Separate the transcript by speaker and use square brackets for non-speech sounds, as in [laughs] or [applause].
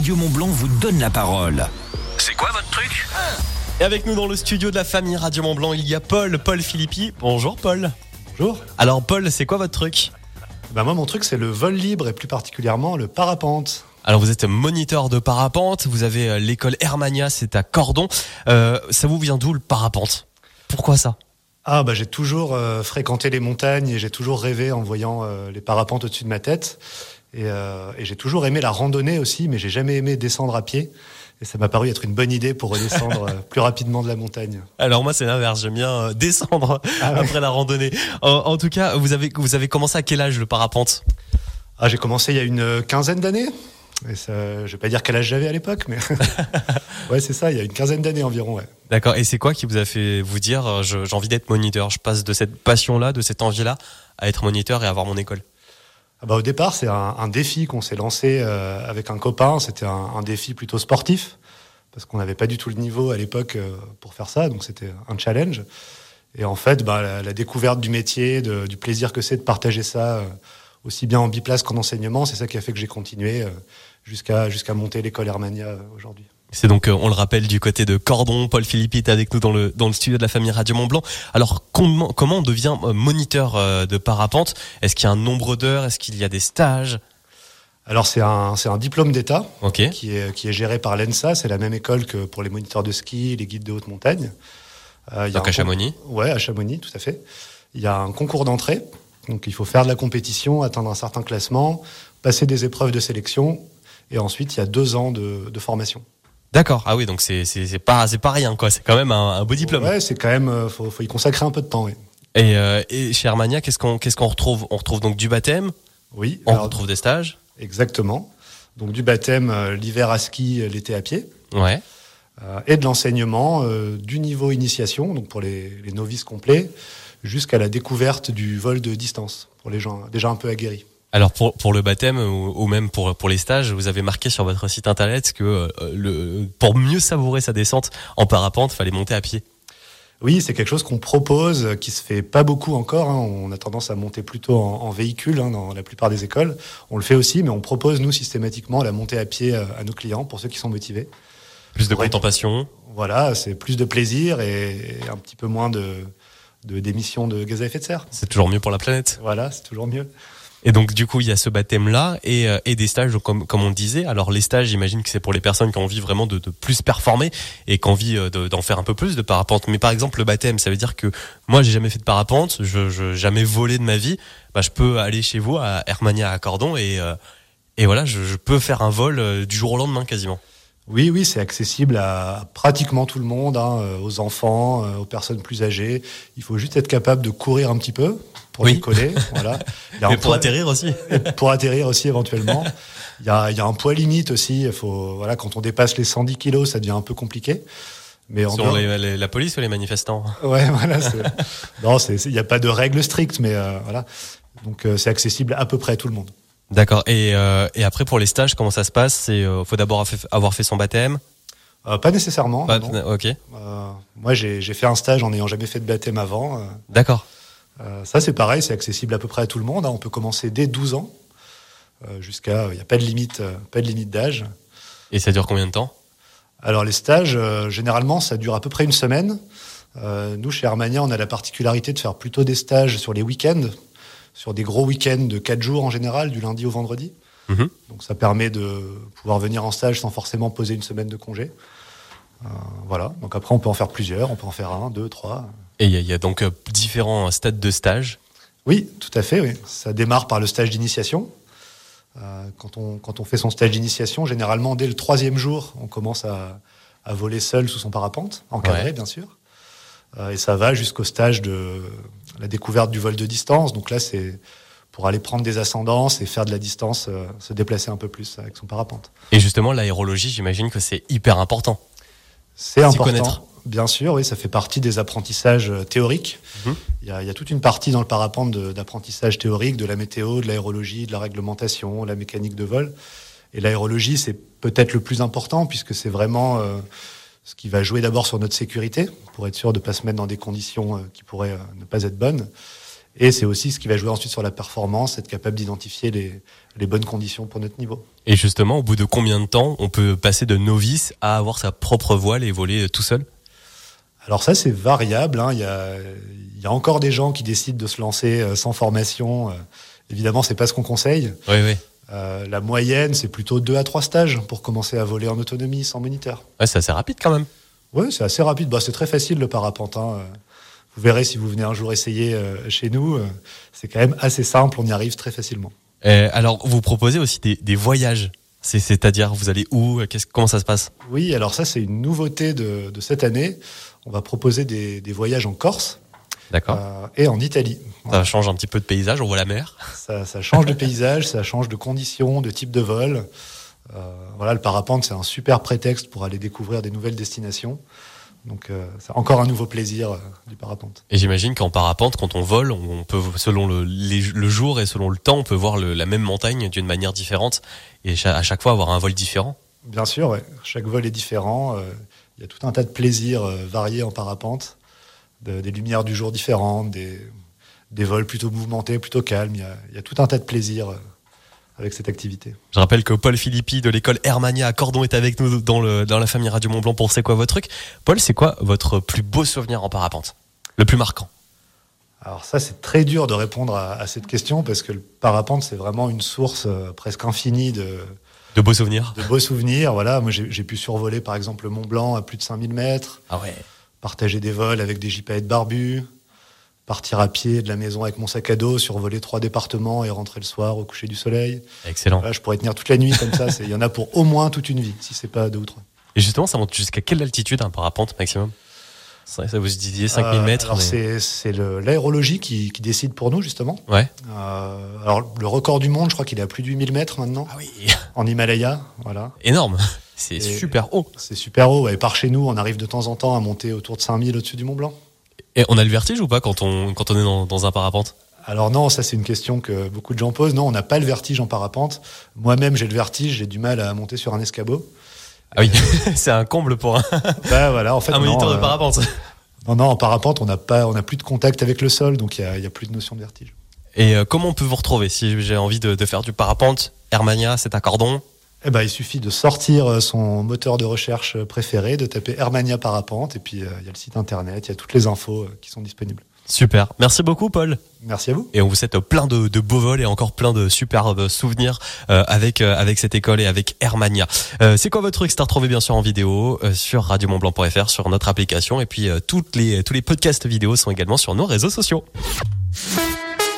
Speaker 1: Radio Mont Blanc vous donne la parole.
Speaker 2: C'est quoi votre truc
Speaker 3: Et avec nous dans le studio de la famille Radio Mont Blanc, il y a Paul, Paul Philippi. Bonjour Paul.
Speaker 4: Bonjour.
Speaker 3: Alors Paul, c'est quoi votre truc
Speaker 4: Bah moi mon truc c'est le vol libre et plus particulièrement le parapente.
Speaker 3: Alors vous êtes moniteur de parapente, vous avez euh, l'école Hermania, c'est à Cordon. Euh, ça vous vient d'où le parapente Pourquoi ça
Speaker 4: Ah bah j'ai toujours euh, fréquenté les montagnes et j'ai toujours rêvé en voyant euh, les parapentes au-dessus de ma tête. Et, euh, et j'ai toujours aimé la randonnée aussi, mais j'ai jamais aimé descendre à pied. Et ça m'a paru être une bonne idée pour redescendre euh, plus rapidement de la montagne.
Speaker 3: Alors moi c'est l'inverse, j'aime bien euh, descendre après la randonnée. En, en tout cas, vous avez, vous avez commencé à quel âge le parapente
Speaker 4: Ah j'ai commencé il y a une euh, quinzaine d'années. Et ça, je vais pas dire quel âge j'avais à l'époque, mais [laughs] ouais c'est ça, il y a une quinzaine d'années environ. Ouais.
Speaker 3: D'accord, et c'est quoi qui vous a fait vous dire euh, je- j'ai envie d'être moniteur Je passe de cette passion-là, de cette envie-là, à être moniteur et avoir mon école.
Speaker 4: Ah bah, au départ, c'est un, un défi qu'on s'est lancé euh, avec un copain. C'était un, un défi plutôt sportif, parce qu'on n'avait pas du tout le niveau à l'époque euh, pour faire ça, donc c'était un challenge. Et en fait, bah, la, la découverte du métier, de- du plaisir que c'est de partager ça, euh, aussi bien en biplace qu'en enseignement, c'est ça qui a fait que j'ai continué euh, jusqu'à jusqu'à monter l'école Hermania euh, aujourd'hui.
Speaker 3: C'est donc, euh, on le rappelle, du côté de Cordon, Paul Philippi est avec nous dans le, dans le studio de la famille Radio Mont Blanc. Alors, comment, comment on devient euh, moniteur euh, de parapente Est-ce qu'il y a un nombre d'heures Est-ce qu'il y a des stages
Speaker 4: Alors c'est un, c'est un diplôme d'État
Speaker 3: Ok.
Speaker 4: qui est, qui est géré par l'ENSA, c'est la même école que pour les moniteurs de ski, les guides de haute montagne. Euh, il y a
Speaker 3: Donc
Speaker 4: un
Speaker 3: à Chamonix.
Speaker 4: Ouais, à Chamonix, tout à fait. Il y a un concours d'entrée. Donc, il faut faire de la compétition, atteindre un certain classement, passer des épreuves de sélection. Et ensuite, il y a deux ans de, de formation.
Speaker 3: D'accord. Ah oui, donc c'est, c'est, c'est pas, c'est pas rien, quoi. C'est quand même un, un beau diplôme.
Speaker 4: Ouais, c'est quand même. euh, faut, faut y consacrer un peu de temps, oui.
Speaker 3: Et, euh, et chez Armagnac, qu'est-ce qu'on, qu'est-ce qu'on retrouve On retrouve donc du baptême,
Speaker 4: Oui,
Speaker 3: on
Speaker 4: alors,
Speaker 3: retrouve des stages.
Speaker 4: exactement. Donc, du baptême, euh, l'hiver à ski, euh, l'été à pied.
Speaker 3: Ouais.
Speaker 4: euh, et de l'enseignement euh, du niveau initiation, donc pour les, les novices complets, jusqu'à la découverte du vol de distance, pour les gens déjà un peu aguerris.
Speaker 3: Alors pour, pour le baptême ou, ou même pour, pour les stages, vous avez marqué sur votre site internet que euh, le, pour mieux savourer sa descente en parapente, fallait monter à pied.
Speaker 4: Oui, c'est quelque chose qu'on propose, euh, qui se fait pas beaucoup encore. hein. On a tendance à monter plutôt en, en véhicule hein, dans la plupart des écoles. On le fait aussi, mais on propose, nous, systématiquement, la montée à pied euh, à nos clients pour ceux qui sont motivés.
Speaker 3: Plus de
Speaker 4: Ouais.
Speaker 3: contemplation.
Speaker 4: Voilà, c'est plus de plaisir et, et un petit peu moins de de- d'émissions de, gaz à effet de serre.
Speaker 3: C'est toujours mieux pour la planète.
Speaker 4: Voilà, c'est toujours mieux.
Speaker 3: Et donc, du coup, il y a ce baptême-là et, euh, et des stages, donc, comme, comme on disait. Alors, les stages, j'imagine que c'est pour les personnes qui ont envie vraiment de, de plus performer et qui ont envie euh, de- d'en faire un peu plus de parapente. Mais par exemple, le baptême, ça veut dire que moi, j'ai jamais fait de parapente, je, je jamais volé de ma vie. Bah, je peux aller chez vous à Hermania à Cordon et, euh, et voilà, je, je peux faire un vol euh, du jour au lendemain quasiment.
Speaker 4: Oui, oui, c'est accessible à pratiquement tout le monde, hein, euh, aux enfants, euh, aux personnes plus âgées. Il faut juste être capable de courir un petit peu pour
Speaker 3: Oui. [laughs]
Speaker 4: décoller. Voilà. Il y a
Speaker 3: Mais
Speaker 4: un
Speaker 3: pour
Speaker 4: point-
Speaker 3: atterrir aussi.
Speaker 4: Et [laughs] pour atterrir aussi éventuellement. Il y a, il y a un poids limite aussi. Il faut, voilà, quand on dépasse les 110 kilos, ça devient un peu compliqué. Mais en
Speaker 3: Selon
Speaker 4: dehors-
Speaker 3: les- les- la police ou les manifestants
Speaker 4: ouais, [laughs] voilà, c'est- non, c'est- c'est- il n'y a pas de règles strictes, mais euh, voilà. Donc euh, c'est accessible à peu près à tout le monde.
Speaker 3: D'accord. Et, euh, et après, pour les stages, comment ça se passe C'est euh, faut d'abord affa- avoir fait son baptême.
Speaker 4: Euh, pas nécessairement.
Speaker 3: Pas-
Speaker 4: non.
Speaker 3: ok.
Speaker 4: Euh, moi, j'ai j'ai fait un stage en n'ayant jamais fait de baptême avant. Euh,
Speaker 3: D'accord.
Speaker 4: euh, ça, c'est pareil, c'est accessible à peu près à tout le monde. hein. On peut commencer dès 12 ans euh, jusqu'à. Il n'y a pas de limite, euh, pas de limite d'âge.
Speaker 3: Et ça dure combien de temps
Speaker 4: Alors les stages, euh, généralement, ça dure à peu près une semaine. Euh, nous, chez Armagna, on a la particularité de faire plutôt des stages sur les week-ends, sur des gros week-ends de 4 jours en général, du lundi au vendredi.
Speaker 3: Mhm.
Speaker 4: Donc ça permet de pouvoir venir en stage sans forcément poser une semaine de congé. Euh, voilà, donc après on peut en faire plusieurs, on peut en faire un, deux, trois.
Speaker 3: Et il y, a- il y a donc euh, différents euh, stades de stage.
Speaker 4: Oui, tout à fait. Oui. Ça démarre par le stage d'initiation. Euh, quand, on, quand on fait son stage d'initiation, généralement, dès le troisième jour, on commence à, à voler seul sous son parapente, encadré
Speaker 3: Ouais.
Speaker 4: bien sûr. Euh, et ça va jusqu'au stage de la découverte du vol de distance. Donc là, c'est pour aller prendre des ascendances et faire de la distance, euh, se déplacer un peu plus avec son parapente.
Speaker 3: Et justement, l'aérologie, j'imagine que c'est hyper important. S'y
Speaker 4: C'est important.
Speaker 3: connaître.
Speaker 4: Bien sûr, oui, ça fait partie des apprentissages euh, théoriques.
Speaker 3: Mhm.
Speaker 4: Il y, a, il y a toute une partie dans le parapente de- d'apprentissage théorique, de la météo, de l'aérologie, de la réglementation, la mécanique de vol. Et l'aérologie, c'est peut-être le plus important puisque c'est vraiment euh, ce qui va jouer d'abord sur notre sécurité, pour être sûr de ne pas se mettre dans des conditions euh, qui pourraient euh, ne pas être bonnes. Et c'est aussi ce qui va jouer ensuite sur la performance, être capable d'identifier les, les bonnes conditions pour notre niveau.
Speaker 3: Et justement, au bout de combien de temps on peut passer de novice à avoir sa propre voile et voler euh, tout seul
Speaker 4: Alors ça, c'est variable. hein. Il y, a, il y a encore des gens qui décident de se lancer euh, sans formation. Euh, évidemment, c'est pas ce qu'on conseille.
Speaker 3: Oui, oui.
Speaker 4: Euh, la moyenne, c'est plutôt deux à trois stages pour commencer à voler en autonomie sans moniteur.
Speaker 3: Ouais, c'est assez rapide quand même.
Speaker 4: Oui, c'est assez rapide. Bah, c'est très facile le parapente. hein. Euh, Vous verrez si vous venez un jour essayer euh, chez nous. euh, C'est quand même assez simple. On y arrive très facilement.
Speaker 3: Euh, alors, vous proposez aussi des, des voyages. C'est- C'est-à-dire, vous allez où Qu'est-ce- Comment ça se passe
Speaker 4: Oui, alors ça, c'est une nouveauté de, de cette année. On va proposer des, des voyages en Corse
Speaker 3: D'accord.
Speaker 4: euh, et en Italie.
Speaker 3: Ça change un petit peu de paysage, on voit la mer.
Speaker 4: Ça, ça change de paysage, ça change de conditions, de type de vol. Euh, voilà, le parapente, c'est un super prétexte pour aller découvrir des nouvelles destinations. Donc, euh, c'est encore un nouveau plaisir euh, du parapente.
Speaker 3: Et j'imagine qu'en parapente, quand on vole, on peut, selon le, les- le jour et selon le temps, on peut voir le- la même montagne d'une manière différente et cha- à chaque fois avoir un vol différent.
Speaker 4: Bien sûr, ouais. chaque vol est différent. euh, Il y a tout un tas de plaisirs euh, variés en parapente, de- des lumières du jour différentes, des, des vols plutôt mouvementés, plutôt calmes. Il y a, il y a tout un tas de plaisirs euh, avec cette activité.
Speaker 3: Je rappelle que Paul Philippi de l'école Hermania à Cordon est avec nous dans, le, dans la famille Radio Mont Blanc pour C'est quoi votre truc Paul, c'est quoi votre plus beau souvenir en parapente Le plus marquant
Speaker 4: Alors ça, c'est très dur de répondre à, à cette question parce que le parapente, c'est vraiment une source euh, presque infinie de,
Speaker 3: De beaux souvenirs
Speaker 4: de beaux souvenirs. Voilà, moi, j'ai j'ai pu survoler, par exemple, le Mont Blanc à plus de 5000 mètres.
Speaker 3: Ah ouais.
Speaker 4: partager des vols avec des JPA de barbus, partir à pied de la maison avec mon sac à dos, survoler trois départements et rentrer le soir au coucher du soleil.
Speaker 3: Excellent.
Speaker 4: Voilà, je pourrais tenir toute la nuit comme ça. c'est- Il y en a pour au moins toute une vie, si c'est pas deux ou trois.
Speaker 3: Et justement, ça monte jusqu'à quelle altitude un parapente maximum ça, ça vous disiez 5000
Speaker 4: Euh,
Speaker 3: mètres
Speaker 4: alors
Speaker 3: mais-
Speaker 4: c'est- C'est le- l'aérologie qui, qui décide pour nous, justement.
Speaker 3: Ouais.
Speaker 4: Euh, alors, le record du monde, je crois qu'il est à plus de 8000 mètres maintenant,
Speaker 3: Ah oui.
Speaker 4: en Himalaya. Voilà.
Speaker 3: [laughs] Énorme. C'est
Speaker 4: Et-
Speaker 3: super haut.
Speaker 4: C'est super haut. Et par chez nous, on arrive de temps en temps à monter autour de 5000 au-dessus du Mont Blanc.
Speaker 3: Et on a le vertige ou pas quand on, quand on est dans, dans un parapente
Speaker 4: Alors non, ça c'est une question que beaucoup de gens posent. Non, on n'a pas le vertige en parapente. Moi-même, j'ai le vertige, j'ai du mal à monter sur un escabeau.
Speaker 3: Ah oui, [laughs] c'est un comble pour un,
Speaker 4: Bah voilà, en fait,
Speaker 3: un
Speaker 4: non,
Speaker 3: moniteur de
Speaker 4: euh,
Speaker 3: parapente.
Speaker 4: non, non, en parapente, on n'a pas, on n'a plus de contact avec le sol, donc il y a, il y a plus de notion de vertige.
Speaker 3: Et euh, comment on peut vous retrouver si j'ai envie de, de faire du parapente Hermania, c'est un cordon.
Speaker 4: Eh ben, il suffit de sortir euh, son moteur de recherche préféré, de taper Hermania parapente, et puis euh, il y a le site internet, il y a toutes les infos euh, qui sont disponibles.
Speaker 3: Super. Merci beaucoup, Paul.
Speaker 4: Merci à vous.
Speaker 3: Et on vous souhaite plein de, de beaux vols et encore plein de superbes souvenirs euh, avec, euh, avec cette école et avec Hermania. Euh, c'est quoi votre truc C'est à retrouver bien sûr en vidéo euh, sur radiomontblanc.fr, sur notre application. Et puis euh, toutes les, tous les podcasts vidéo sont également sur nos réseaux sociaux.